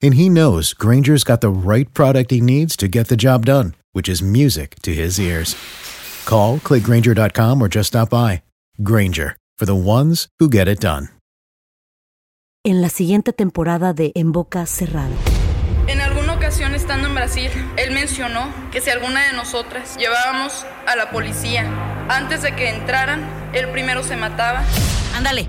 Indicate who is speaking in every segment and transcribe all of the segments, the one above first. Speaker 1: And he knows Granger's got the right product he needs to get the job done, which is music to his ears. Call, click Granger.com, or just stop by. Granger, for the ones who get it done.
Speaker 2: en la siguiente temporada de En Boca Cerrada.
Speaker 3: En alguna ocasión estando en Brasil, él mencionó que si alguna de nosotras llevábamos a la policía antes de que entraran, él primero se mataba.
Speaker 2: Ándale,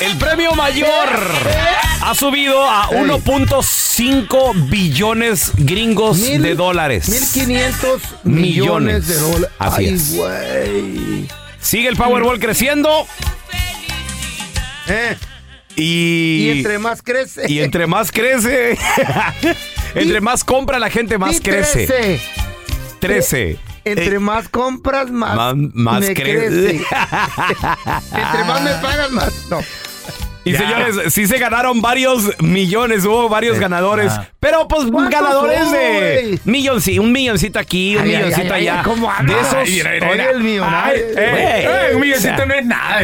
Speaker 4: el premio mayor ha subido a 1.5 billones gringos
Speaker 5: Mil-
Speaker 4: de dólares.
Speaker 5: 1500 millones,
Speaker 4: Millones.
Speaker 5: de dólares.
Speaker 4: Así
Speaker 5: Ay,
Speaker 4: es.
Speaker 5: güey.
Speaker 4: Sigue el Powerball creciendo
Speaker 5: Eh,
Speaker 4: y,
Speaker 5: y entre más crece.
Speaker 4: y entre más crece, entre más compra la gente más
Speaker 5: y
Speaker 4: crece. 13.
Speaker 5: Entre más compras, más,
Speaker 4: más, más
Speaker 5: me
Speaker 4: crece.
Speaker 5: entre más me pagas, más. No.
Speaker 4: Y
Speaker 5: Ya.
Speaker 4: señores, sí se ganaron varios millones, hubo varios ganadores, pero pues
Speaker 5: ¿Cuántos
Speaker 4: ganadores
Speaker 5: hoy?
Speaker 4: de milloncito, un milloncito aquí, un
Speaker 5: Ay,
Speaker 4: milloncito
Speaker 5: ay, ay,
Speaker 4: allá.
Speaker 5: ay, ¿cómo hablas?
Speaker 4: de esos,
Speaker 5: Ay, mira, mira, mira. Oye, el millonario.
Speaker 4: Ay, eh, eh,
Speaker 6: un
Speaker 4: o sea,
Speaker 6: milloncito no es nada,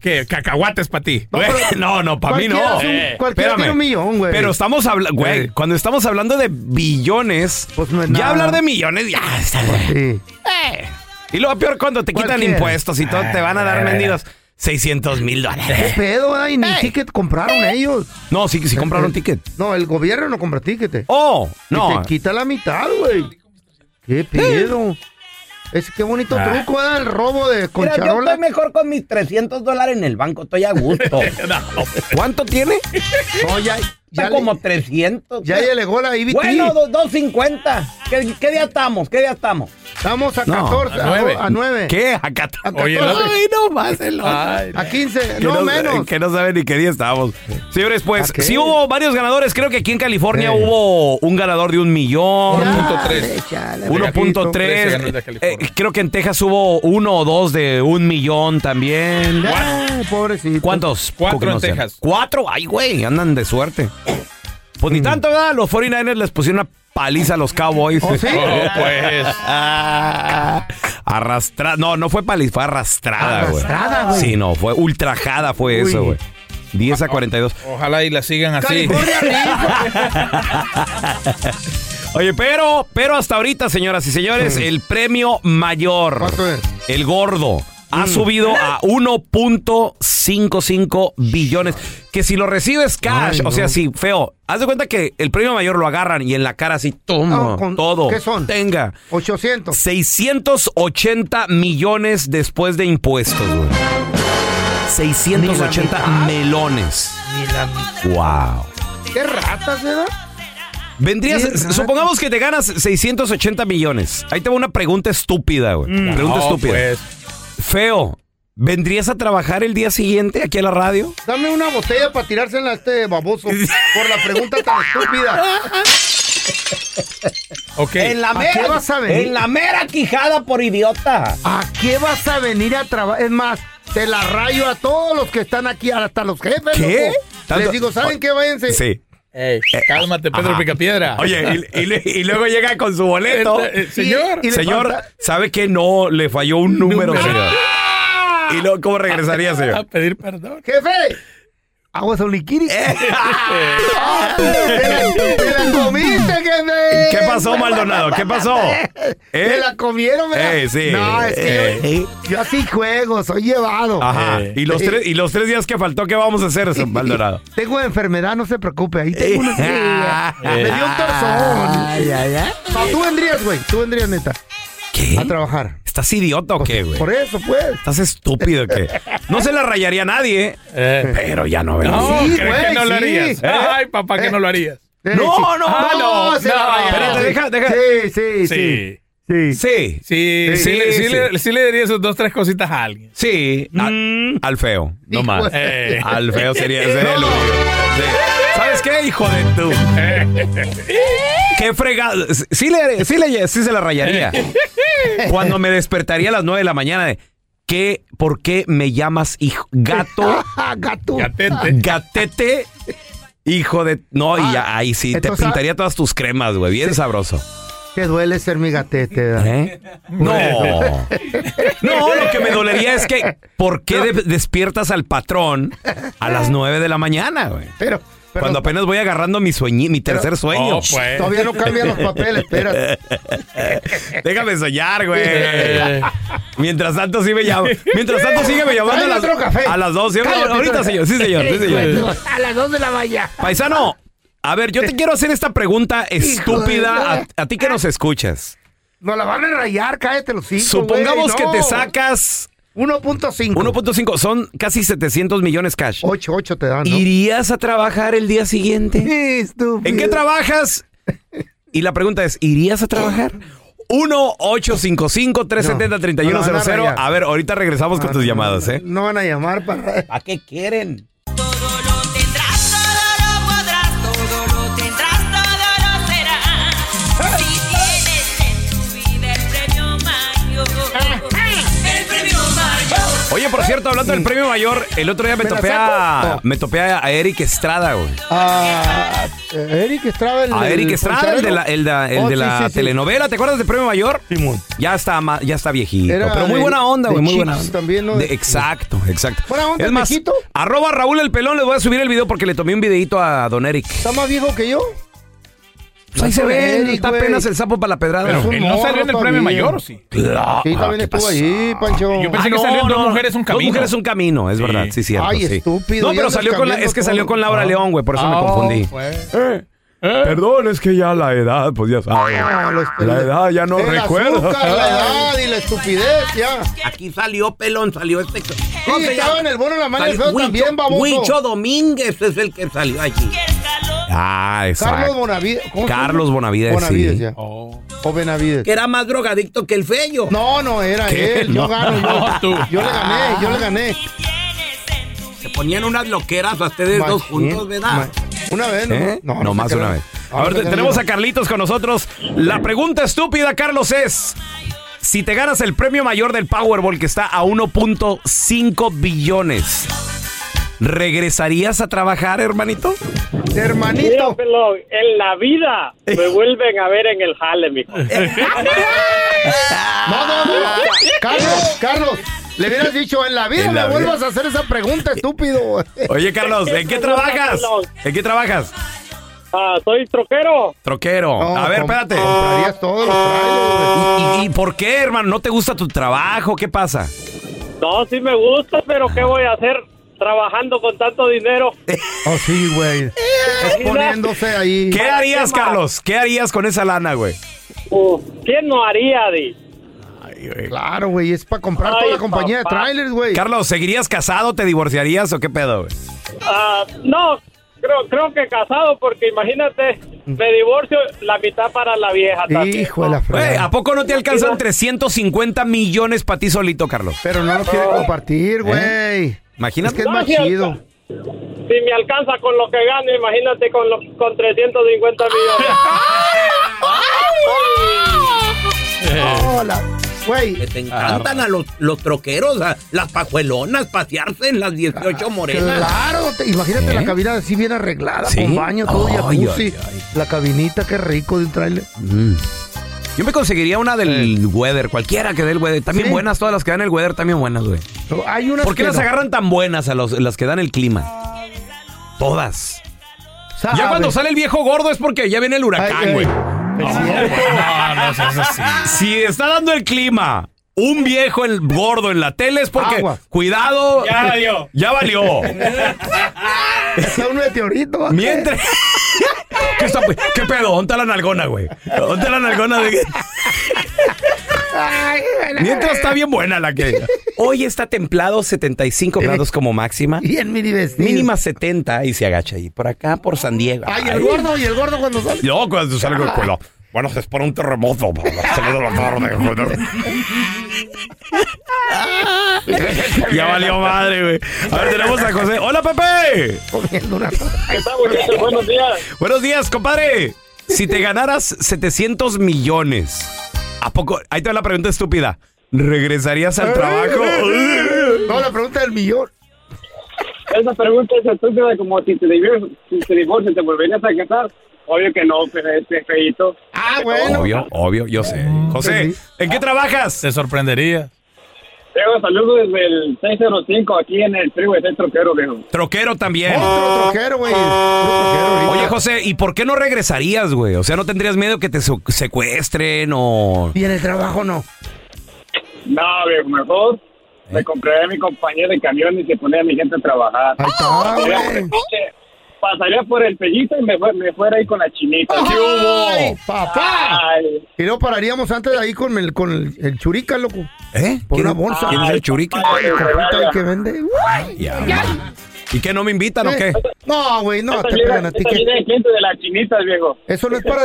Speaker 6: que, que cacahuates para ti.
Speaker 4: güey, no, no, para mí no.
Speaker 5: Cualquiera es un-
Speaker 4: Eh,
Speaker 5: cualquiera tiene un millón, güey.
Speaker 4: Pero estamos hablando, güey,
Speaker 5: Eh.
Speaker 4: cuando estamos hablando de billones,
Speaker 5: Pues no es
Speaker 4: ya
Speaker 5: nada.
Speaker 4: hablar de millones, ya está.
Speaker 5: Sí.
Speaker 4: Eh. Y lo peor cuando te quitan
Speaker 5: Cualquiera.
Speaker 4: impuestos y todo, te van a dar mendigos 600 mil
Speaker 5: ¿Qué
Speaker 4: dólares.
Speaker 5: pedo? Ay, ni ticket compraron ellos. Eh,
Speaker 4: No, sí, sí Eh. compraron ticket.
Speaker 5: No, el gobierno no compra ticket.
Speaker 4: Oh,
Speaker 5: Y
Speaker 4: no.
Speaker 5: te quita la mitad, güey. ¿Qué pedo? Es que bonito truco, ¿eh? El robo de
Speaker 7: Mira, yo
Speaker 5: Concharola.
Speaker 7: estoy mejor con mis 300 dólares en el banco, estoy a gusto.
Speaker 4: ¿Cuánto tiene?
Speaker 5: No, ya, ya,
Speaker 7: Está como
Speaker 5: le-
Speaker 7: 300.
Speaker 5: ya llegó la IBT.
Speaker 7: bueno, do- 250. ¿Qué, qué día estamos? ¿Qué día estamos?
Speaker 5: Estamos a
Speaker 4: No,
Speaker 5: 14,
Speaker 6: a
Speaker 5: a
Speaker 6: nueve.
Speaker 5: 9. A, 9,
Speaker 4: ¿Qué? Acá t-
Speaker 5: A 14.
Speaker 4: Ay, no más el otro.
Speaker 5: a 15,
Speaker 4: Que
Speaker 5: no,
Speaker 4: no,
Speaker 5: menos.
Speaker 4: Que no sabe ni qué día estábamos. Señores, pues,
Speaker 5: ¿A qué?
Speaker 4: sí hubo varios ganadores. Creo que aquí en California
Speaker 5: Sí.
Speaker 4: hubo un ganador de un millón.
Speaker 5: Ya,
Speaker 7: Ah,
Speaker 6: 1.3.
Speaker 5: échale, papito.
Speaker 6: 13 ganó el de
Speaker 4: 1.3. Eh,
Speaker 6: California.
Speaker 4: creo que en Texas hubo uno o dos de un millón también.
Speaker 5: Ya, pobrecito.
Speaker 4: ¿Cuántos?
Speaker 6: Cuatro en
Speaker 4: Coquinos,
Speaker 6: Texas.
Speaker 4: Cuatro, ay, güey, andan de suerte. Pues
Speaker 5: Mm.
Speaker 4: ni tanto, ¿verdad? Los 49ers les pusieron una paliza a los Cowboys.
Speaker 5: ¿Oh, sí?
Speaker 6: Oh, pues.
Speaker 4: Ah, arrastrada. No, no fue paliza, fue arrastrada, güey.
Speaker 5: Arrastrada, güey.
Speaker 4: Sí, no, fue ultrajada, fue
Speaker 5: Uy.
Speaker 4: eso, güey. 10 a 42.
Speaker 6: Ojalá y la sigan así.
Speaker 5: California rifa.
Speaker 4: Oye, pero, pero hasta ahorita, señoras y señores, el premio mayor,
Speaker 5: Mm. ¿Cuánto es? Mm.
Speaker 4: el gordo, ha subido a 1.55 billones. Que si lo recibes cash,
Speaker 5: Ay,
Speaker 4: o sea,
Speaker 5: no.
Speaker 4: si feo, haz de cuenta que el premio mayor lo agarran y en la cara así, toma,
Speaker 5: No, Ah, con-
Speaker 4: todo.
Speaker 5: ¿qué son?
Speaker 4: Tenga.
Speaker 5: 800.
Speaker 4: 680 millones después de impuestos, güey. 680 melones.
Speaker 5: Ni la-
Speaker 4: Wow.
Speaker 5: ¿Qué ratas, ¿eh? verdad?
Speaker 4: Vendrías,
Speaker 5: Bien raro.
Speaker 4: supongamos que te ganas 680 millones. Ahí te va una pregunta estúpida, güey. Mm.
Speaker 8: Mm.
Speaker 4: Pregunta
Speaker 6: No,
Speaker 4: estúpida.
Speaker 6: pues.
Speaker 4: Feo, ¿vendrías a trabajar el día siguiente aquí a la radio?
Speaker 5: Dame una botella para tirársela a este baboso por la pregunta tan estúpida.
Speaker 6: Ok.
Speaker 7: En la
Speaker 5: ¿A
Speaker 7: mera.
Speaker 5: qué vas a venir?
Speaker 7: En la mera quijada por idiota.
Speaker 5: ¿A qué vas a venir a trabajar? Es más, te la rayo a todos los que están aquí, hasta los jefes.
Speaker 4: ¿Qué?
Speaker 5: loco.
Speaker 4: Tanto-
Speaker 5: Les digo, ¿saben qué? Váyanse.
Speaker 4: Sí.
Speaker 6: Ey, Eh, cálmate, Pedro
Speaker 4: Ajá.
Speaker 6: Picapiedra.
Speaker 4: Oye, y, y- y luego llega con su boleto.
Speaker 6: Este, eh, señor.
Speaker 5: Y- y- le
Speaker 4: Señor,
Speaker 5: falta-
Speaker 4: ¿sabe que no le falló un número,
Speaker 6: Número.
Speaker 8: Ah,
Speaker 4: señor? ¿Y luego cómo regresaría,
Speaker 6: A
Speaker 4: señor?
Speaker 6: pedir perdón.
Speaker 5: Jefe, Aguas oliquiri.
Speaker 4: Eh.
Speaker 5: ¡Te la comiste, que me-
Speaker 4: ¿Qué pasó, Maldonado? ¿Qué pasó?
Speaker 5: ¡Te la comieron, ¿verdad?
Speaker 4: Eh, sí.
Speaker 5: No, es que
Speaker 4: Eh.
Speaker 5: yo, yo así juego, soy llevado.
Speaker 4: Ajá.
Speaker 5: Eh.
Speaker 4: ¿Y, los
Speaker 5: Eh,
Speaker 4: tres, y los tres días que faltó, ¿qué vamos a hacer, Maldonado?
Speaker 5: Tengo enfermedad, no se preocupe. Ahí tengo una estrella. Me
Speaker 6: Eh,
Speaker 5: dio un torzón.
Speaker 4: Eh. Ay, ay, ay.
Speaker 5: Pa, tú vendrías, güey. Tú vendrías, neta. A
Speaker 4: ¿Qué?
Speaker 5: trabajar.
Speaker 4: ¿Estás idiota o qué, güey?
Speaker 5: Por eso, pues.
Speaker 4: ¿Estás estúpido o qué? No se la rayaría a nadie,
Speaker 6: Eh.
Speaker 4: pero ya no
Speaker 6: No,
Speaker 4: vengo.
Speaker 5: Sí,
Speaker 6: ¿crees
Speaker 5: güey,
Speaker 6: que no lo
Speaker 5: sí.
Speaker 6: harías?
Speaker 5: ¿Eh?
Speaker 6: Ay, papá, que
Speaker 5: Eh.
Speaker 6: no lo harías. Ah,
Speaker 5: Eh,
Speaker 4: No,
Speaker 5: sí.
Speaker 4: no,
Speaker 6: no,
Speaker 5: se la
Speaker 6: no.
Speaker 5: rayaron.
Speaker 6: Espérate,
Speaker 4: deja- deja.
Speaker 5: Sí, sí, sí.
Speaker 6: Sí.
Speaker 5: Sí.
Speaker 4: Sí,
Speaker 6: Sí, sí,
Speaker 4: Sí,
Speaker 6: le, sí
Speaker 4: sí.
Speaker 6: le- sí le diría sus dos, tres cositas a alguien.
Speaker 4: sí. a- al feo, no
Speaker 5: Hijo
Speaker 4: más.
Speaker 6: de-
Speaker 4: Eh, Al feo sería ese el único. Sí. ¿Sabes qué, hijo de tú? Qué fregado. Sí, le, sí, le- sí se la rayaría. Cuando me despertaría a las 9 de la mañana de, ¿qué, ¿por qué me llamas hijo? Gato,
Speaker 5: Ah, gato.
Speaker 6: Gatete.
Speaker 4: gatete, hijo de... No, y ya, ahí sí, te
Speaker 5: Entonces,
Speaker 4: pintaría todas tus cremas, güey. Bien sabroso.
Speaker 5: Te duele ser mi gatete. ¿verdad?
Speaker 4: ¿Eh? No. No, lo que me dolería es que, ¿por qué de- despiertas al patrón a las 9 de la mañana, güey?
Speaker 5: Pero, pero
Speaker 4: Cuando apenas voy agarrando mi sueñi, mi tercer sueño.
Speaker 6: Oh, pues.
Speaker 5: todavía no cambian los papeles. Espera.
Speaker 4: Déjame soñar, güey.
Speaker 6: Eh,
Speaker 4: Mientras tanto sí me llamo. Mientras tanto sígueme llamando a
Speaker 5: Tráeme
Speaker 4: las,
Speaker 5: otro café.
Speaker 4: a las 12.
Speaker 5: Cállate,
Speaker 4: Ahorita,
Speaker 5: tú.
Speaker 4: señor. Sí, señor. Sí, señor.
Speaker 5: A las dos de la mañana.
Speaker 4: Paisano, a ver, yo te quiero hacer esta pregunta estúpida a, a ti que nos escuchas.
Speaker 5: Nos la van a rayar, cállate los cinco.
Speaker 4: Supongamos
Speaker 5: güey, no.
Speaker 4: que te sacas
Speaker 5: 1.5.
Speaker 4: 1.5 son casi 700 millones cash.
Speaker 5: 8, 8 te dan, ¿no?
Speaker 4: ¿Irías a trabajar el día siguiente?
Speaker 5: Estúpido.
Speaker 4: ¿En qué trabajas? Y la pregunta es, ¿irías a trabajar? 1-855-370-3100.
Speaker 5: No, no, no,
Speaker 4: a ver, ahorita regresamos con tus llamadas, ¿eh?
Speaker 5: No van a llamar para...
Speaker 4: ¿A qué quieren?
Speaker 9: Todo lo tendrás, todo lo podrás, todo lo tendrás, todo lo serás. Si tienes en tu vida el premio mayor, el premio mayor.
Speaker 4: Oye, por cierto, hablando del premio mayor, el otro día me,
Speaker 5: ¿Me la
Speaker 4: topé
Speaker 5: saco?
Speaker 4: a,
Speaker 5: No.
Speaker 4: me topé a a Eric Estrada, güey.
Speaker 5: A Ah, eh, Eric Estrada. El
Speaker 4: A
Speaker 5: del
Speaker 4: Eric Estrada, el de la,
Speaker 5: fontanero.
Speaker 4: el de- el
Speaker 5: Oh,
Speaker 4: de
Speaker 5: sí,
Speaker 4: la
Speaker 5: sí, sí.
Speaker 4: telenovela, ¿te acuerdas del premio mayor?
Speaker 6: Simón.
Speaker 4: Ya está, ma- ya está viejito.
Speaker 5: Era
Speaker 4: pero muy
Speaker 5: de-
Speaker 4: buena onda,
Speaker 5: de
Speaker 4: güey. Muy buena
Speaker 5: Chicks
Speaker 4: onda.
Speaker 5: también, ¿no?
Speaker 4: De- exacto, exacto.
Speaker 5: Buena onda,
Speaker 4: es más,
Speaker 5: viejito.
Speaker 4: arroba Raúl el Pelón, les voy a subir el video porque le tomé un videito a Don Eric.
Speaker 5: ¿Está más viejo que yo?
Speaker 4: Pues ahí se
Speaker 5: Don
Speaker 4: ve,
Speaker 5: Eric,
Speaker 4: está
Speaker 5: güey.
Speaker 4: apenas el sapo para la pedrada.
Speaker 6: Pero
Speaker 5: un
Speaker 6: él no salió en el
Speaker 5: morro
Speaker 6: premio
Speaker 5: también.
Speaker 6: mayor, ¿o sí?
Speaker 4: Claro,
Speaker 5: Sí, también
Speaker 4: ¿qué
Speaker 5: estuvo
Speaker 4: pasó?
Speaker 5: ahí, Pancho.
Speaker 6: Yo pensé que salió en Dos Mujeres, Un Camino.
Speaker 4: Dos mujeres un camino, es
Speaker 6: Sí.
Speaker 4: verdad, sí, cierto.
Speaker 5: Ay,
Speaker 4: sí. No,
Speaker 5: estúpido, ya
Speaker 4: pero
Speaker 5: andas
Speaker 4: salió con la-
Speaker 5: cambiando
Speaker 4: es que
Speaker 5: todo. Ah.
Speaker 4: salió con Laura León, güey, por eso me
Speaker 6: Oh,
Speaker 4: confundí.
Speaker 6: pues.
Speaker 5: Eh.
Speaker 4: Perdón, es que ya la edad, pues ya sabes.
Speaker 5: Ah, los- el azúcar, la edad y la estupidez, ya.
Speaker 4: Aquí salió pelón, salió este. ¿Cómo
Speaker 5: Sí,
Speaker 4: se
Speaker 5: estaba
Speaker 4: llama?
Speaker 5: en el bueno, la mala y el feo
Speaker 4: Salió- Huicho-
Speaker 5: también, baboso.
Speaker 4: Huicho Domínguez es el que salió allí. Ah,
Speaker 5: Carlos
Speaker 4: exacto.
Speaker 5: Bonavides. ¿cómo se llama?
Speaker 4: Carlos Bonavides,
Speaker 5: Bonavides,
Speaker 4: sí.
Speaker 5: ya.
Speaker 6: Oh.
Speaker 5: O Benavides.
Speaker 4: Que era más drogadicto que el feyo.
Speaker 5: No, no, era
Speaker 4: ¿Qué?
Speaker 5: él. Yo
Speaker 4: No.
Speaker 5: gano,
Speaker 6: No,
Speaker 5: yo.
Speaker 6: tú.
Speaker 5: Yo le gané, yo le gané.
Speaker 4: Se ponían unas loqueras a ustedes dos juntos, ¿verdad?
Speaker 5: Ma- Una vez, ¿no?
Speaker 4: ¿Eh? No, más una vez. A ver, te- tenemos a Carlitos con nosotros. La pregunta estúpida, Carlos, es: si te ganas el premio mayor del Powerball que está a 1.5 billones, ¿regresarías a trabajar, hermanito?
Speaker 5: Hermanito.
Speaker 9: en la vida me vuelven a ver en el jale, mijo.
Speaker 5: No, no, no. Carlos, Carlos. Le hubieras dicho, en la vida
Speaker 4: En la
Speaker 5: me vuelvas a hacer esa pregunta, estúpido.
Speaker 4: Oye, Carlos, ¿en qué trabajas? ¿En qué trabajas?
Speaker 9: Ah, soy troquero.
Speaker 4: Troquero.
Speaker 5: No,
Speaker 4: a ver,
Speaker 5: com-
Speaker 4: espérate.
Speaker 5: Comprarías todos los trailers, güey.
Speaker 4: ¿Y, y- y por qué, hermano? ¿No te gusta tu trabajo? ¿Qué pasa?
Speaker 9: No, sí me gusta, pero ¿qué voy a hacer trabajando con tanto dinero?
Speaker 5: Oh, sí, güey. Exponiéndose ahí.
Speaker 4: ¿Qué harías, Carlos? ¿Qué harías con esa lana, güey?
Speaker 9: Uh, ¿Quién no haría, Di?
Speaker 5: Claro, güey. Es para comprar
Speaker 9: Ay,
Speaker 5: toda la compañía
Speaker 9: papá.
Speaker 5: de trailers, güey.
Speaker 4: Carlos, ¿seguirías casado? ¿Te divorciarías o qué pedo, güey?
Speaker 9: Ah, no, creo, creo que casado, porque imagínate, me divorcio la mitad para la vieja. también,
Speaker 5: Hijo de
Speaker 9: ¿no?
Speaker 5: la
Speaker 4: Güey, ¿a
Speaker 5: fregada.
Speaker 4: poco no te alcanzan 350 millones para ti solito, Carlos?
Speaker 5: Pero no lo quiere compartir, güey. Es
Speaker 4: Imagínate.
Speaker 5: que es
Speaker 9: No,
Speaker 5: más
Speaker 9: sí,
Speaker 5: chido.
Speaker 9: Si me alcanza con lo que gano, imagínate con, lo- con 350 millones.
Speaker 4: ¿Eh?
Speaker 5: Hola. Güey,
Speaker 4: Te encantan a los, troqueros, las pajuelonas, pasearse en las 18
Speaker 5: claro. te- imagínate la cabina así bien arreglada,
Speaker 4: ¿Eh? ¿Sí?
Speaker 5: con baño, todo
Speaker 4: Ay,
Speaker 5: jacuzzi.
Speaker 4: ay, ay.
Speaker 5: La cabinita, qué rico de un trailer.
Speaker 4: Yo me conseguiría una del Weather, cualquiera que dé el Weather. También
Speaker 5: Sí.
Speaker 4: buenas, todas las que dan el Weather, también buenas, güey.
Speaker 5: Hay unas
Speaker 4: ¿Por qué
Speaker 5: que
Speaker 4: las
Speaker 5: no.
Speaker 4: agarran tan buenas a los, las que dan el clima? todas.
Speaker 5: Sabe. Pues
Speaker 4: Ya cuando sale el viejo gordo es porque ya viene el huracán, güey.
Speaker 10: No, no seas así.
Speaker 4: Si está dando el clima un viejo el gordo en la tele es porque
Speaker 5: Agua.
Speaker 4: cuidado,
Speaker 10: Ya valió.
Speaker 4: Ya valió.
Speaker 5: Está un meteorito. ¿va?
Speaker 4: Mientras ¿Qué, está- qué pedo? ¿Dónde está la nalgona, güey? ¿Dónde está la nalgona de
Speaker 5: Ay, bueno.
Speaker 4: Mientras está bien buena la que. Hoy está templado 75 grados como máxima.
Speaker 5: Y el mini vestido.
Speaker 4: Mínima 70 y se agacha ahí. Por acá, por San Diego.
Speaker 5: Ay, el gordo, y el gordo cuando sale.
Speaker 4: Yo cuando salgo del pueblo. Bueno, es por un terremoto. por las seis de la tarde. ya valió madre, güey. A ver, tenemos a José. ¡Hola, Pepe!
Speaker 5: Comiendo una
Speaker 8: Buenos días.
Speaker 4: Buenos días, compadre. Si te ganaras 700 millones, ¿a poco? Ahí te va la pregunta estúpida. ¿Regresarías al trabajo?
Speaker 5: No, la pregunta del millón.
Speaker 8: Esa pregunta es estúpida como si te divor- si te divorcias, ¿te volverías a casar? Obvio que no, pero este feito.
Speaker 5: Ah, bueno.
Speaker 4: Obvio, obvio, yo sé. José, ¿en qué trabajas?
Speaker 10: Te sorprendería.
Speaker 8: Tengo saludos desde el 605 aquí en el Freeway Centro Troquero, viejo.
Speaker 4: Troquero también.
Speaker 5: Otro troquero, güey. Otro troquero ahorita.
Speaker 4: Oye, José, ¿y por qué no regresarías, güey? O sea, ¿no tendrías miedo que te so- secuestren o...?
Speaker 5: Y en el trabajo no.
Speaker 8: No, viejo, mejor
Speaker 5: ¿Eh?
Speaker 8: me compraré a mi compañía de camión y se pone a mi gente a trabajar.
Speaker 5: Ahí
Speaker 4: Oh,
Speaker 5: está,
Speaker 8: Pasaría por el
Speaker 5: güey.
Speaker 8: pinche- Pasaría por el pellito y me, fue- me fuera ahí con la chinita.
Speaker 5: Ay, papá.
Speaker 8: Ay,
Speaker 5: Y no pararíamos antes de ahí con el, con el, el churica, loco.
Speaker 4: ¿Eh?
Speaker 5: Por
Speaker 4: ¿Quién-
Speaker 5: una bolsa.
Speaker 4: ¿Quién es el churica?
Speaker 8: ay,
Speaker 5: El carrito ahí
Speaker 8: vaya.
Speaker 5: que vende. Uy.
Speaker 4: Ya, ma. ¿Y qué, no me invitan o qué?
Speaker 5: Eh, No, güey, no.
Speaker 8: Esta
Speaker 5: Te
Speaker 8: vida-
Speaker 5: pegan a ti
Speaker 8: esta
Speaker 5: que-
Speaker 8: vida hay gente de las chinitas, viejo.
Speaker 5: Eso no es para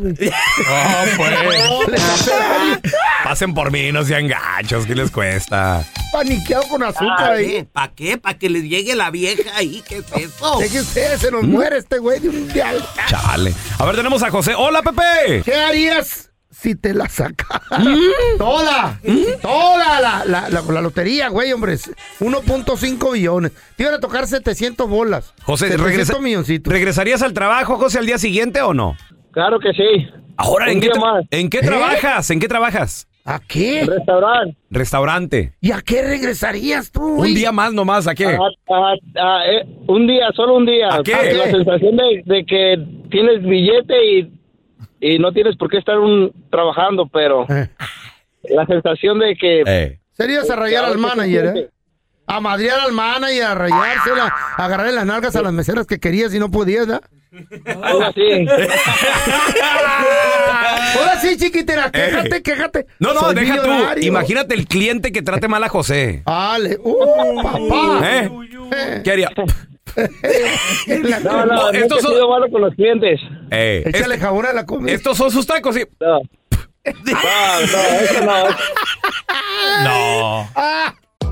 Speaker 5: güey.
Speaker 10: No, pues.
Speaker 5: Le da pena,
Speaker 4: Oh, Pasen por mí, no sean gachos, ¿qué les cuesta?
Speaker 5: Paniqueado con azúcar ahí.
Speaker 11: ¿Para qué? ¿Para que les llegue la vieja ahí? ¿Qué es eso?
Speaker 5: Déjense, se nos
Speaker 4: Mm.
Speaker 5: muere este güey de un día. al-
Speaker 4: Chale. A ver, tenemos a José. ¡Hola, Pepe!
Speaker 5: ¿Qué harías si te la sacaras?
Speaker 4: Mm.
Speaker 5: Toda, toda la, la, la- la lotería, güey, hombre. es 1.5 billones. Te iban a tocar 700 bolas.
Speaker 4: José,
Speaker 5: 700
Speaker 4: regresa-
Speaker 5: milloncitos.
Speaker 4: ¿regresarías al trabajo, José, al día siguiente o no?
Speaker 8: Claro que sí.
Speaker 4: Ahora, ¿en
Speaker 8: Un
Speaker 4: qué,
Speaker 8: día
Speaker 4: tra-
Speaker 8: más.
Speaker 4: ¿en qué
Speaker 5: ¿Eh?
Speaker 4: trabajas? ¿En qué trabajas?
Speaker 5: ¿A qué?
Speaker 8: Restaurante.
Speaker 4: Restaurante.
Speaker 5: ¿Y a qué regresarías tú? güey?
Speaker 4: Un día más nomás, ¿a qué?
Speaker 8: Ah, ah, ah, eh, un día, solo un día. Ah,
Speaker 4: ¿A qué?
Speaker 8: La
Speaker 4: ¿Qué?
Speaker 8: sensación de, de que tienes billete y, y no tienes por qué estar un, trabajando, pero
Speaker 5: Eh.
Speaker 8: la sensación de que...
Speaker 4: Eh.
Speaker 5: Serías a rayar al manager, ¿eh? A madrear al manager, a rayársela, a agarrarle las nalgas a las meseras que querías y no podías, ¿verdad?
Speaker 8: Algo así.
Speaker 5: Ahora sí, chiquitera, quéjate,
Speaker 4: Eh.
Speaker 5: quéjate.
Speaker 4: No, no,
Speaker 5: Soy
Speaker 4: deja tú.
Speaker 5: millonario.
Speaker 4: Imagínate el cliente que trate mal a José.
Speaker 5: Ale, uh, papá.
Speaker 4: ¿Eh? ¿Qué haría?
Speaker 5: La-
Speaker 8: No, no,
Speaker 4: No,
Speaker 8: no
Speaker 4: estos
Speaker 8: he
Speaker 4: son-
Speaker 8: sido malo con los clientes.
Speaker 4: Eh,
Speaker 5: Échale
Speaker 4: este-
Speaker 5: jabón a la comida.
Speaker 4: estos son sus tacos, sí.
Speaker 8: No. No, no, eso no.
Speaker 10: No.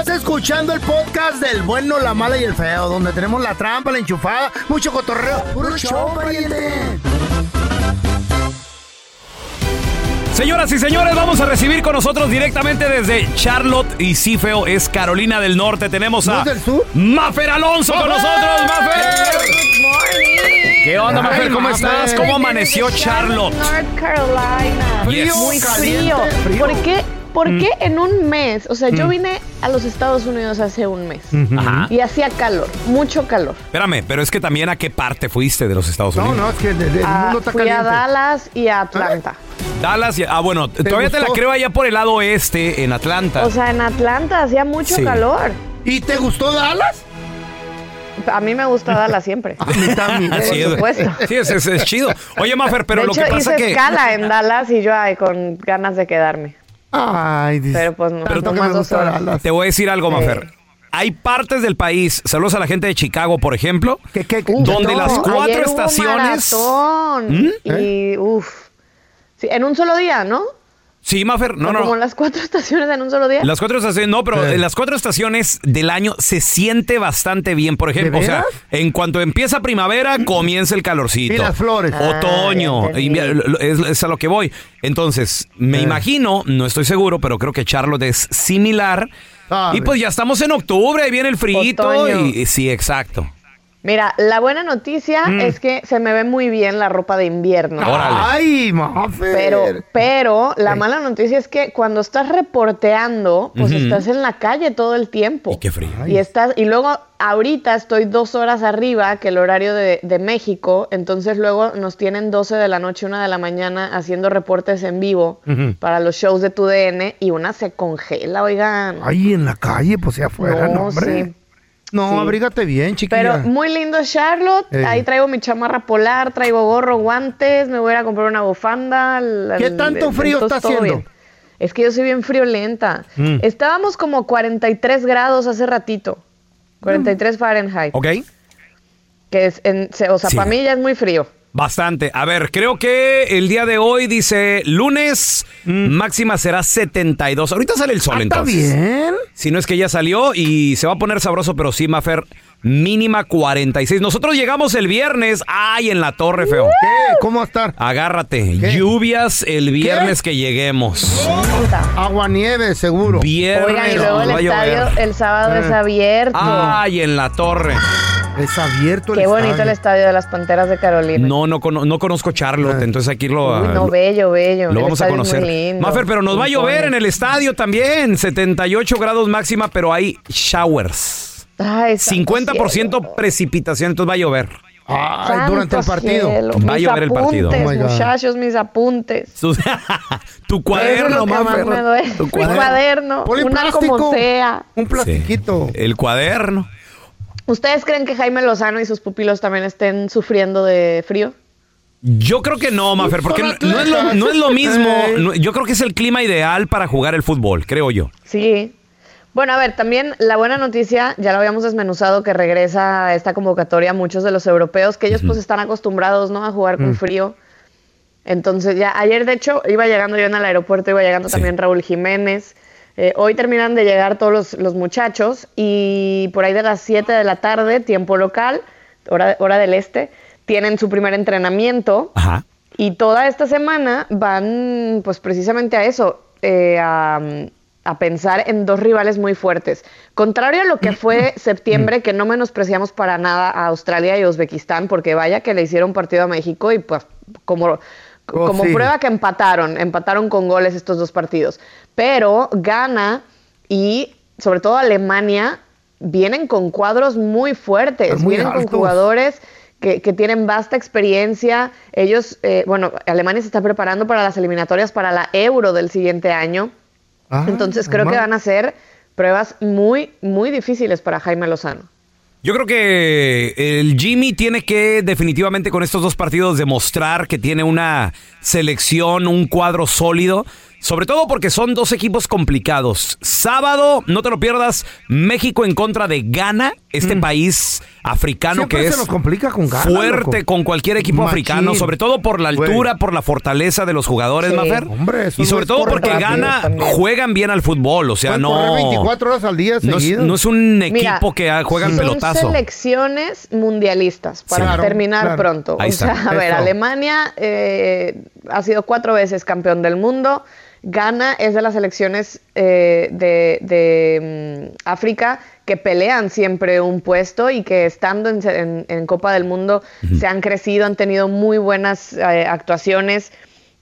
Speaker 5: Estás escuchando el podcast del bueno, la mala y el feo, donde tenemos la trampa, la enchufada, mucho cotorreo. ¡Puro show, pariente!
Speaker 4: Señoras y señores, vamos a recibir con nosotros directamente desde Charlotte y Cifeo, es Carolina del Norte. Tenemos a
Speaker 5: ¿No es del sur?
Speaker 4: Mafer Alonso con nosotros, Mafer.
Speaker 11: Good morning.
Speaker 4: ¿Qué onda,
Speaker 5: Ay,
Speaker 4: Mafer? ¿Cómo
Speaker 5: Mafer.
Speaker 4: estás? ¿Cómo amaneció
Speaker 11: Desde
Speaker 4: Charlotte?
Speaker 11: North Carolina.
Speaker 4: Yes.
Speaker 11: Muy
Speaker 5: caliente,
Speaker 11: frío.
Speaker 5: frío.
Speaker 11: ¿Por qué? ¿Por qué en un mes? O sea, yo vine a los Estados Unidos hace un mes
Speaker 4: Ajá.
Speaker 11: y hacía calor, mucho calor.
Speaker 4: Espérame, pero es que también a qué parte fuiste de los Estados
Speaker 5: No,
Speaker 4: Unidos.
Speaker 5: no, es que el, el
Speaker 11: Ah,
Speaker 5: mundo está
Speaker 11: fui a
Speaker 5: caliente.
Speaker 11: Dallas y a Atlanta.
Speaker 4: Dallas, y- ah, bueno, todavía te la
Speaker 5: gustó?
Speaker 4: creo allá por el lado oeste, en Atlanta.
Speaker 11: O sea, en Atlanta hacía mucho
Speaker 4: Sí.
Speaker 11: calor.
Speaker 5: ¿Y te gustó Dallas?
Speaker 8: a mí me gusta darla siempre.
Speaker 4: Sí,
Speaker 8: Por supuesto.
Speaker 4: Sí, es, es- es chido. Oye, Mafer, pero
Speaker 8: de
Speaker 4: lo
Speaker 8: hecho,
Speaker 4: que pasa
Speaker 8: hice
Speaker 4: que.
Speaker 8: escala en Dallas y yo, ay, con ganas de quedarme.
Speaker 5: Ay,
Speaker 8: Pero pues no,
Speaker 4: Pero-
Speaker 8: nomás dos horas.
Speaker 4: Te voy a decir algo, Mafer. Hay partes del país, saludos a la gente de Chicago, por ejemplo, donde
Speaker 8: No,
Speaker 4: las cuatro
Speaker 8: ayer hubo
Speaker 4: estaciones.
Speaker 8: maratón
Speaker 4: ¿Mm?
Speaker 5: ¿Eh?
Speaker 8: Y, uff. en un solo día, ¿no?
Speaker 4: Sí, Mafer, no,
Speaker 8: O
Speaker 4: no.
Speaker 8: Como las cuatro estaciones en un solo día.
Speaker 4: Las cuatro estaciones, no, pero en las cuatro estaciones del año se siente bastante bien, por ejemplo. O sea, en cuanto empieza primavera, comienza el calorcito.
Speaker 5: Y las flores. Ah,
Speaker 4: Otoño.
Speaker 5: ya entendí.
Speaker 4: invia- lo- es, es a lo que voy. Entonces,
Speaker 5: Eh.
Speaker 4: me imagino, no estoy seguro, pero creo que Charlotte es similar.
Speaker 5: Ah,
Speaker 4: y pues ya estamos en octubre, ahí viene el frío.
Speaker 8: Otoño.
Speaker 4: Y, y sí, exacto.
Speaker 8: Mira, la buena noticia
Speaker 4: Mm.
Speaker 8: es que se me ve muy bien la ropa de invierno.
Speaker 4: Órale.
Speaker 5: Ay, mafer.
Speaker 8: Pero, pero la mala noticia es que cuando estás reporteando, pues
Speaker 4: Ujú.
Speaker 8: estás en la calle todo el tiempo.
Speaker 4: Qué frío.
Speaker 8: Y estás, y luego ahorita estoy dos horas arriba que el horario de, de México, entonces luego nos tienen 12 de la noche, una de la mañana haciendo reportes en vivo
Speaker 5: Ujú.
Speaker 8: para los shows de tu DN y una se congela, oigan.
Speaker 5: Ay, en la calle, pues ya afuera,
Speaker 8: No,
Speaker 5: no, hombre.
Speaker 8: sí.
Speaker 5: No,
Speaker 8: Sí.
Speaker 5: abrígate bien, chiquilla. Ah,
Speaker 8: Pero muy lindo Charlotte,
Speaker 5: Ey.
Speaker 8: ahí traigo mi chamarra polar, traigo gorro, guantes, me voy a ir a comprar una bufanda. la-
Speaker 5: ¿Qué tanto frío
Speaker 8: entonces
Speaker 5: está
Speaker 8: todo
Speaker 5: haciendo?
Speaker 8: bien. Es que yo soy bien friolenta.
Speaker 4: Mm.
Speaker 8: Estábamos como 43 grados hace ratito. 43 Fahrenheit.
Speaker 4: ¿Ok?
Speaker 8: Que es en, se- o sea,
Speaker 4: Sí.
Speaker 8: para mí ya es muy frío.
Speaker 4: Bastante. A ver, creo que el día de hoy dice lunes,
Speaker 8: Mm.
Speaker 4: máxima será 72. Ahorita sale el sol
Speaker 8: Ah,
Speaker 4: entonces.
Speaker 5: bien.
Speaker 4: Si no es que ya salió y se va a poner sabroso, pero sí, Mafer, mínima 46. Nosotros llegamos el viernes. ¡Ay, en la torre, feo!
Speaker 8: Uh.
Speaker 5: ¿Qué? ¿Cómo va a estar?
Speaker 4: Agárrate. Lluvias el viernes que lleguemos.
Speaker 5: Agua nieve, seguro.
Speaker 4: Viernes
Speaker 8: Oigan, y luego el
Speaker 4: nos va a llover.
Speaker 8: estadio el sábado es abierto.
Speaker 4: ¡Ay, en la torre!
Speaker 5: Es abierto
Speaker 8: Qué bonito el estadio de las Panteras de Carolina.
Speaker 4: No, no, cono- no conozco Charlotte, entonces aquí lo,
Speaker 8: Ah. Uy, no, bello, bello.
Speaker 4: Lo
Speaker 8: El
Speaker 4: vamos a
Speaker 8: estadio es
Speaker 4: conocer.
Speaker 8: muy lindo.
Speaker 4: Mafer, pero nos va a llover
Speaker 8: Impone.
Speaker 4: en el estadio también. 78 grados máxima, pero hay showers.
Speaker 8: Ay, santo
Speaker 4: 50%
Speaker 8: cielo.
Speaker 4: precipitación, entonces va a llover.
Speaker 8: Santo cielo.
Speaker 4: Va a
Speaker 8: Mis
Speaker 4: llover el partido.
Speaker 5: Oh
Speaker 8: apuntes, muchachos, mis apuntes.
Speaker 4: Sus- tu
Speaker 8: Eso es
Speaker 4: cuaderno,
Speaker 8: lo que más
Speaker 4: Mafer.
Speaker 8: me duele.
Speaker 4: Tu
Speaker 8: Mi cuaderno,
Speaker 5: Ponle
Speaker 8: una
Speaker 5: plástico.
Speaker 8: como sea.
Speaker 5: Un plastiquito.
Speaker 4: El cuaderno.
Speaker 8: ¿Ustedes creen que Jaime Lozano y sus pupilos también estén sufriendo de frío?
Speaker 4: Yo creo que no, Mafer, porque no,
Speaker 8: Son
Speaker 4: no es lo,
Speaker 8: atletas.
Speaker 4: no es lo mismo.
Speaker 8: Ey.
Speaker 4: No- yo creo que es el clima ideal para jugar el fútbol, creo yo.
Speaker 8: Sí. Bueno, a ver, también la buena noticia, ya lo habíamos desmenuzado, que regresa a esta convocatoria a muchos de los europeos, que ellos pues están acostumbrados, ¿no? A jugar con
Speaker 12: Mm.
Speaker 8: frío. Entonces ya, ayer de hecho iba llegando yo en el aeropuerto, iba llegando también Raúl Jiménez. Eh, hoy terminan de llegar todos los, los muchachos y por ahí de las 7 de la tarde, tiempo local, hora, hora del este, tienen su primer entrenamiento.
Speaker 4: Ajá.
Speaker 8: Y toda esta semana van, pues precisamente a eso, eh, a, a pensar en dos rivales muy fuertes. Contrario a lo que fue septiembre, que no menospreciamos para nada a Australia y Uzbekistán, porque vaya que le hicieron partido a México y pues como, como
Speaker 12: sí.
Speaker 8: prueba que empataron, empataron con goles estos dos partidos. Pero Ghana y sobre todo Alemania vienen con cuadros muy fuertes,
Speaker 12: Están muy
Speaker 8: vienen
Speaker 12: altos.
Speaker 8: con jugadores que, que tienen vasta experiencia. Ellos, eh, bueno, Alemania se está preparando para las eliminatorias para la Euro del siguiente año.
Speaker 5: Ah,
Speaker 8: Entonces creo que van a ser pruebas muy, muy difíciles para Jaime Lozano.
Speaker 4: Yo creo que el Jimmy tiene que definitivamente con estos dos partidos demostrar que tiene una selección, un cuadro sólido, sobre todo porque son dos equipos complicados. Sábado, no te lo pierdas, México en contra de Ghana, este país africano
Speaker 5: Mm. Siempre
Speaker 4: que
Speaker 5: se
Speaker 4: es
Speaker 5: nos complica con Ghana,
Speaker 4: fuerte
Speaker 5: loco.
Speaker 4: con cualquier equipo
Speaker 5: Machín.
Speaker 4: africano, sobre todo por la altura, por la fortaleza de los jugadores,
Speaker 5: Sí.
Speaker 4: Mafer.
Speaker 5: Hombre, eso
Speaker 4: y
Speaker 5: no
Speaker 4: sobre
Speaker 5: es
Speaker 4: todo
Speaker 5: correr
Speaker 4: porque
Speaker 5: rápido
Speaker 4: Ghana
Speaker 5: también.
Speaker 4: juegan bien al fútbol, o sea,
Speaker 5: Pueden
Speaker 4: no
Speaker 5: correr 24 horas al día
Speaker 4: no es,
Speaker 5: seguido.
Speaker 4: no es un
Speaker 8: Mira,
Speaker 4: equipo que ah, juega al
Speaker 8: son
Speaker 4: pelotazo.
Speaker 8: selecciones mundialistas para
Speaker 4: Claro,
Speaker 8: terminar
Speaker 4: claro.
Speaker 8: pronto.
Speaker 4: Ahí
Speaker 8: o sea,
Speaker 4: está.
Speaker 8: a ver,
Speaker 4: Eso.
Speaker 8: Alemania eh, ha sido cuatro veces campeón del mundo. Ghana es de las selecciones eh, de, de, mm, África que pelean siempre un puesto y que estando en, se- en- en Copa del Mundo se han crecido, han tenido muy buenas eh, actuaciones.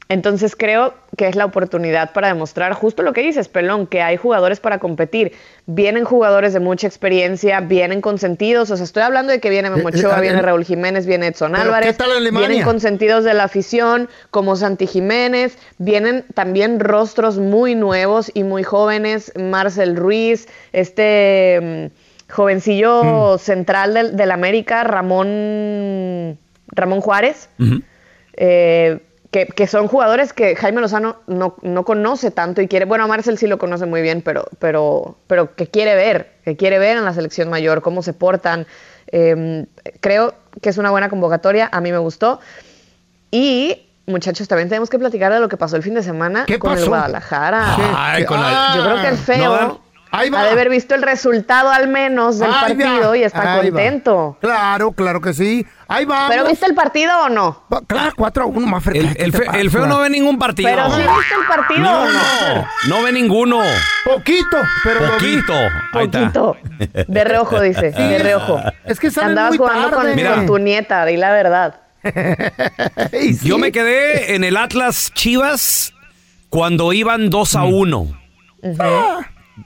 Speaker 8: Entonces creo que es la oportunidad para demostrar justo lo que dices, Pelón, que hay jugadores para competir. Vienen jugadores de mucha experiencia, vienen consentidos. O sea, estoy hablando de que viene Memo
Speaker 12: Eh, eh,
Speaker 8: Ochoa,
Speaker 12: eh,
Speaker 8: viene
Speaker 12: eh,
Speaker 8: Raúl Jiménez, viene Edson
Speaker 12: ¿pero qué
Speaker 8: Álvarez.
Speaker 12: tal Alemania?
Speaker 8: Vienen consentidos de la afición, como Santi Jiménez. Vienen también rostros muy nuevos y muy jóvenes. Marcel Ruiz, este... mm,
Speaker 12: Mm.
Speaker 8: jovencillo central del, del América, Ramón, Ramón Juárez, eh, que, que son jugadores que Jaime Lozano no, no conoce tanto y quiere, bueno, a Marcel sí lo conoce muy bien, pero, pero, pero que quiere ver, que quiere ver en la selección mayor cómo se portan. Eh, creo que es una buena convocatoria, a mí me gustó. Y, muchachos, también tenemos que platicar de lo que pasó el fin de semana con el
Speaker 5: pasó?
Speaker 8: Guadalajara.
Speaker 5: Ay, con la-
Speaker 8: Yo creo que el feo
Speaker 5: No, ahí va.
Speaker 8: ha de haber visto el resultado al menos del
Speaker 5: Ahí va,
Speaker 8: partido y está
Speaker 5: ahí va.
Speaker 8: contento.
Speaker 5: Claro, claro que sí. Ahí va.
Speaker 8: ¿Pero viste el partido o no?
Speaker 5: Claro, 4 a 1 más este
Speaker 4: El, el fe- el feo no ve ningún partido.
Speaker 8: ¿Pero sí viste el partido
Speaker 4: No,
Speaker 8: o no?
Speaker 4: no ve ninguno.
Speaker 5: Poquito, pero lo vi.
Speaker 4: Poquito. Ahí está.
Speaker 8: Poquito. De reojo, dice.
Speaker 4: Sí.
Speaker 8: De reojo.
Speaker 5: Es que salen
Speaker 8: Andabas
Speaker 5: muy
Speaker 8: jugando con-
Speaker 5: tarde.
Speaker 8: con,
Speaker 4: Mira.
Speaker 8: tu nieta, di la verdad.
Speaker 4: Yo me quedé en el Atlas Chivas cuando iban 2 a 1.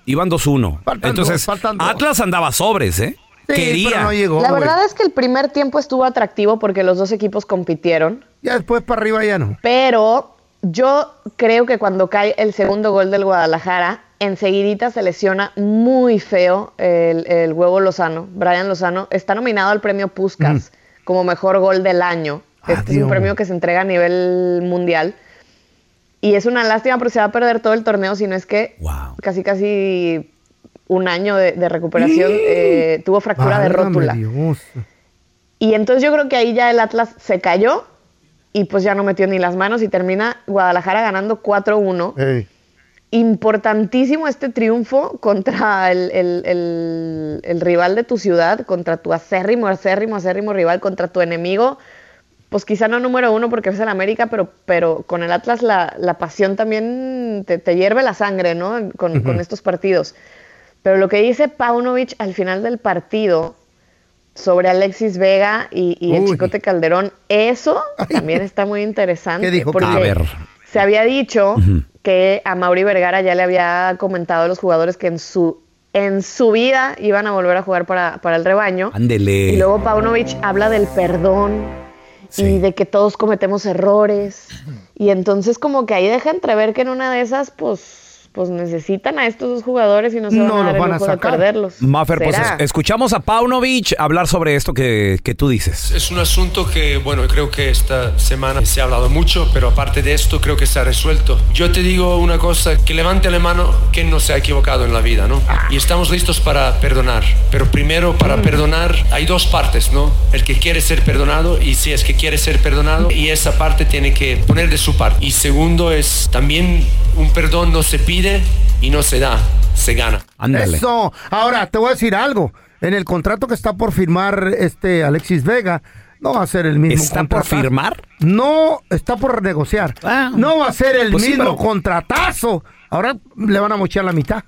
Speaker 4: Iban 2 a 1. Entonces, Atlas andaba sobres, ¿eh? Quería.
Speaker 8: La verdad es que el primer tiempo estuvo atractivo porque los dos equipos compitieron.
Speaker 5: Ya después para arriba ya no.
Speaker 8: Pero yo creo que cuando cae el segundo gol del Guadalajara, enseguidita se lesiona muy feo el, el huevo Lozano. Brian Lozano está nominado al premio Puskas
Speaker 4: Mm.
Speaker 8: como mejor gol del año.
Speaker 4: Ah,
Speaker 8: Este es
Speaker 5: Adiós.
Speaker 8: un premio que se entrega a nivel mundial. Y es una lástima porque se va a perder todo el torneo, si no es que casi casi un año de, de recuperación eh, tuvo fractura de
Speaker 5: Válgame
Speaker 8: rótula.
Speaker 5: Dios.
Speaker 8: Y entonces yo creo que ahí ya el Atlas se cayó y pues ya no metió ni las manos y termina Guadalajara ganando 4-1.
Speaker 5: Ey.
Speaker 8: Importantísimo este triunfo contra el, el- el- el rival de tu ciudad, contra tu acérrimo, acérrimo, acérrimo rival, contra tu enemigo. Pues quizá no número uno porque es el América, pero, pero con el Atlas la, la pasión también te, te hierve la sangre, ¿no? Con,
Speaker 12: Ujú.
Speaker 8: con estos partidos. Pero lo que dice Paunovic al final del partido sobre Alexis Vega y, y el
Speaker 12: Uy.
Speaker 8: Chicote Calderón, eso también está muy interesante.
Speaker 12: ¿Qué dijo?
Speaker 8: porque
Speaker 12: A ver.
Speaker 8: se había dicho que a Mauri Vergara ya le había comentado a los jugadores que en su en su vida iban a volver a jugar para, para el rebaño.
Speaker 4: Ándele.
Speaker 8: Y luego Paunovic habla del perdón y de que todos cometemos errores. Y entonces como que ahí deja entrever que en una de esas, pues, pues necesitan a estos dos jugadores y no se van
Speaker 5: No
Speaker 8: a dar
Speaker 5: los
Speaker 8: el
Speaker 5: van a
Speaker 8: lujo de
Speaker 5: sacar.
Speaker 8: perderlos.
Speaker 4: Maffer, pues
Speaker 8: ¿Será?
Speaker 4: es- escuchamos a Paunovic hablar sobre esto que, que tú dices.
Speaker 13: Es un asunto que, bueno, creo que esta semana se ha hablado mucho, pero aparte de esto creo que se ha resuelto. Yo te digo una cosa, que levante la mano quien no se ha equivocado en la vida, ¿no? Y estamos listos para perdonar, pero primero para perdonar hay dos partes, ¿no? El que quiere ser perdonado y si es que quiere ser perdonado y esa parte tiene que poner de su parte. Y segundo es también un perdón no se pide y no se da, se gana.
Speaker 5: Eso. Ahora, te voy a decir algo. En el contrato que está por firmar este Alexis Vega, no va a ser el mismo
Speaker 4: ¿Está por
Speaker 5: contratazo.
Speaker 4: firmar? Ah.
Speaker 5: No, está por negociar. No va a ser el
Speaker 4: Pues sí, pero-
Speaker 5: mismo contratazo. Ahora le van a mochar la mitad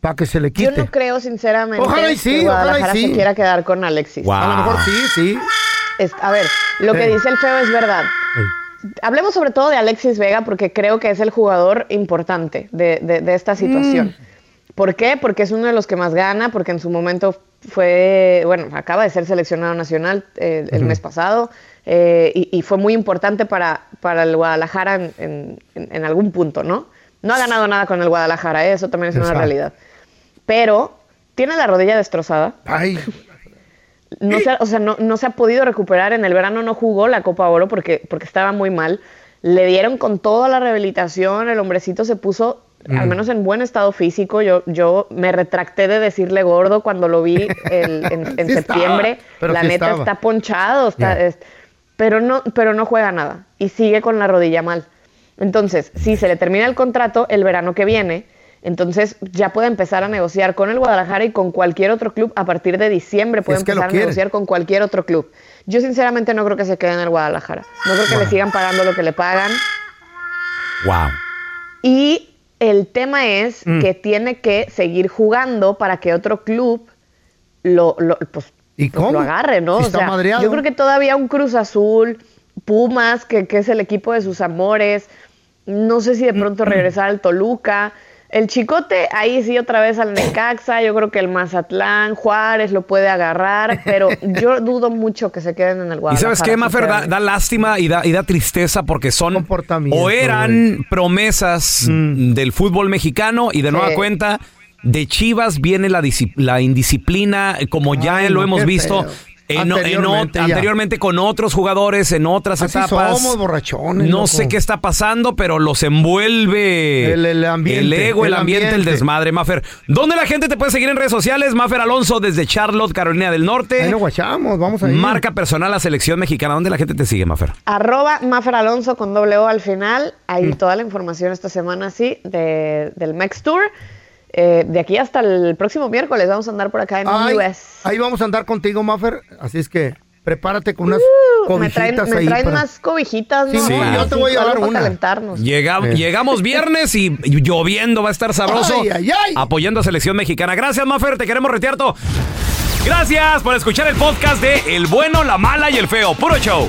Speaker 5: para que se le
Speaker 8: Yo
Speaker 5: quite.
Speaker 8: no creo sinceramente
Speaker 5: Ojalá y sí,
Speaker 8: que
Speaker 5: ojalá y
Speaker 8: Guadalajara
Speaker 5: sí.
Speaker 8: se quiera quedar con Alexis.
Speaker 5: Wow. A lo mejor sí, sí.
Speaker 8: Es- a ver, lo que
Speaker 5: Eh.
Speaker 8: dice el feo es verdad. Hablemos sobre todo de Alexis Vega porque creo que es el jugador importante de, de- de
Speaker 12: Mm.
Speaker 8: esta situación. ¿Por qué? Porque es uno de los que más gana, porque en su momento fue, bueno, acaba de ser seleccionado nacional eh, el
Speaker 12: Ujú.
Speaker 8: mes pasado eh, y, y fue muy importante para, para el Guadalajara en, en- en- en algún punto, ¿no? No ha ganado nada con el Guadalajara, eh, eso también es una
Speaker 12: Exacto.
Speaker 8: realidad. Pero tiene la rodilla destrozada.
Speaker 5: Ay.
Speaker 8: No se, ha- o sea, no, no se ha podido recuperar. En el verano no jugó la Copa Oro porque, porque estaba muy mal. Le dieron con toda la rehabilitación. El hombrecito se puso, al
Speaker 12: Mm.
Speaker 8: menos en buen estado físico. Yo, yo me retracté de decirle gordo cuando lo vi el- en, en
Speaker 12: Sí estaba,
Speaker 8: septiembre.
Speaker 12: pero
Speaker 8: la
Speaker 12: sí
Speaker 8: neta
Speaker 12: estaba.
Speaker 8: está ponchado. Está,
Speaker 12: Ya.
Speaker 8: es- pero, no, pero no juega nada. Y sigue con la rodilla mal. Entonces, si se le termina el contrato el verano que viene, entonces ya puede empezar a negociar con el Guadalajara y con cualquier otro club a partir de diciembre. Puede
Speaker 12: Es que lo
Speaker 8: empezar a
Speaker 12: quiere.
Speaker 8: negociar con cualquier otro club. Yo sinceramente no creo que se quede en el Guadalajara. No creo que le sigan pagando lo que le pagan.
Speaker 4: Wow.
Speaker 8: Y el tema es
Speaker 4: Mm.
Speaker 8: que tiene que seguir jugando para que otro club lo, lo- pues,
Speaker 5: ¿Y
Speaker 8: pues,
Speaker 5: cómo?
Speaker 8: lo agarre, ¿no?
Speaker 5: Si está madreado.
Speaker 8: yo creo que todavía un Cruz Azul, Pumas, que, que es el equipo de sus amores, no sé si de pronto regresar al Toluca. El Chicote, ahí sí otra vez al Necaxa, yo creo que el Mazatlán, Juárez lo puede agarrar, pero yo dudo mucho que se queden en el
Speaker 4: Y
Speaker 8: Guadalajara.
Speaker 4: sabes qué, Mafer, da,
Speaker 8: sinceramente.
Speaker 4: da lástima y da, y da tristeza porque son
Speaker 5: Mm.
Speaker 4: o eran promesas del fútbol mexicano y de nueva
Speaker 8: Sí.
Speaker 4: cuenta de Chivas viene la, disci- la indisciplina, como ya
Speaker 5: Ay,
Speaker 4: lo
Speaker 5: no,
Speaker 4: hemos
Speaker 5: qué
Speaker 4: visto.
Speaker 5: feo.
Speaker 4: En, o- en o-
Speaker 5: Anteriormente,
Speaker 4: anteriormente,
Speaker 5: ya.
Speaker 4: con otros jugadores, en otras
Speaker 5: Así
Speaker 4: etapas.
Speaker 5: somos, borrachones,
Speaker 4: No
Speaker 5: loco.
Speaker 4: sé qué está pasando, pero los envuelve
Speaker 5: El- el ambiente,
Speaker 4: el ego, el,
Speaker 5: el
Speaker 4: ambiente, el
Speaker 5: ambiente.
Speaker 4: desmadre, Mafer. ¿Dónde la gente te puede seguir en redes sociales? Mafer Alonso desde Charlotte, Carolina del Norte.
Speaker 5: Ahí nos guachamos, vamos a ir.
Speaker 4: Marca personal a selección mexicana. ¿Dónde la gente te sigue, Mafer?
Speaker 8: Arroba Mafer Alonso con doble O al final. Ahí
Speaker 4: Mm.
Speaker 8: toda la información esta semana, sí, de- del Mex Tour. Eh, de aquí hasta el próximo miércoles vamos a andar por acá en
Speaker 5: Ay,
Speaker 8: US.
Speaker 5: ahí vamos a andar contigo, Maffer. Así es que prepárate con unas
Speaker 8: Uh, Me traen,
Speaker 5: cobijitas
Speaker 8: me
Speaker 5: ahí.
Speaker 8: traen
Speaker 5: para-
Speaker 8: más cobijitas,
Speaker 5: Sí,
Speaker 8: ¿no?
Speaker 5: sí.
Speaker 8: Así,
Speaker 5: yo te voy a
Speaker 8: solo
Speaker 5: llevar
Speaker 8: para
Speaker 5: una.
Speaker 8: calentarnos.
Speaker 4: Llega-
Speaker 8: Eh.
Speaker 4: Llegamos viernes y lloviendo, va a estar sabroso.
Speaker 8: Ay, ay, ay.
Speaker 4: Apoyando a selección mexicana. Gracias, Mafer, te queremos retear todo. Gracias por escuchar el podcast de El bueno, la mala y el feo. Puro show.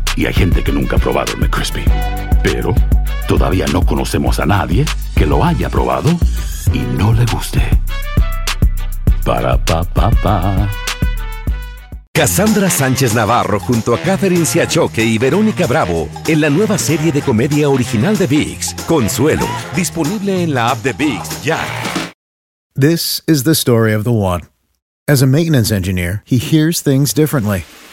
Speaker 14: y hay gente que nunca ha probado el McCrispy. Pero todavía no conocemos a nadie que lo haya probado y no le guste. Para pa pa pa.
Speaker 15: Cassandra Sánchez Navarro junto a Catherine Siachoque y Verónica Bravo en la nueva serie de comedia original de VIX, Consuelo, disponible en la app de VIX ya.
Speaker 1: This is the story of the one. As a maintenance engineer, he hears things differently.